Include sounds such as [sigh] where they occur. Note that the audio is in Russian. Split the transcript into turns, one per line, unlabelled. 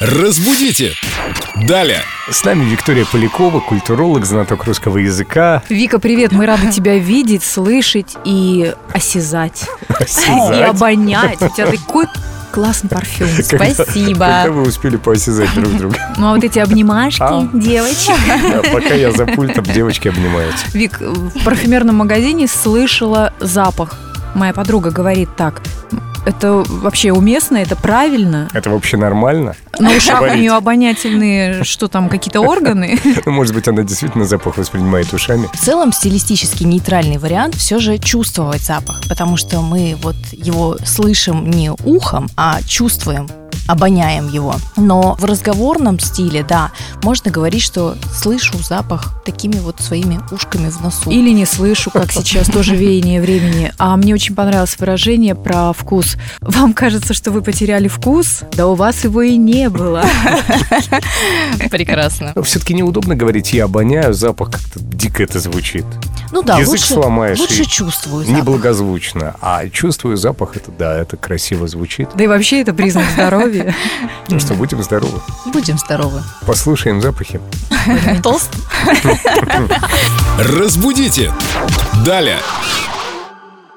Разбудите! Далее!
С нами Виктория Полякова, культуролог, знаток русского языка.
Вика, привет,
[laughs]
мы рады тебя видеть, слышать и осязать. И
Осязать.
обонять. У тебя такой классный парфюм.
Когда- Когда
Спасибо.
вы успели поосязать друг
[laughs]
друга?
Ну а вот эти обнимашки,
А.
девочки.
Да, Пока я за пультом, девочки обнимаются.
Вик, в парфюмерном магазине слышала запах. Моя подруга говорит так. Это вообще уместно, это правильно.
Это вообще нормально?
На ушах у
Говорит.
нее обонятельные, что там, какие-то органы.
Ну, может быть, она действительно запах воспринимает ушами?
В целом стилистически нейтральный вариант все же чувствовать запах, потому что мы вот его слышим не ухом, а чувствуем обоняем его. Но в разговорном стиле, да, можно говорить, что слышу запах такими вот своими ушками в носу.
Или не слышу, как сейчас, тоже веяние времени. А мне очень понравилось выражение про вкус. Вам кажется, что вы потеряли вкус? Да у вас его и не было.
прекрасно.
Все-таки неудобно говорить «я обоняю», запах как-то дико это звучит.
Ну да,
Язык
лучше,
сломаешь
лучше
и
чувствую запах.
Неблагозвучно. А чувствую запах, это да, это красиво звучит.
Да и вообще это признак здоровья.
Ну что, будем здоровы.
Будем здоровы.
Послушаем запахи.
Тост
Разбудите! Далее!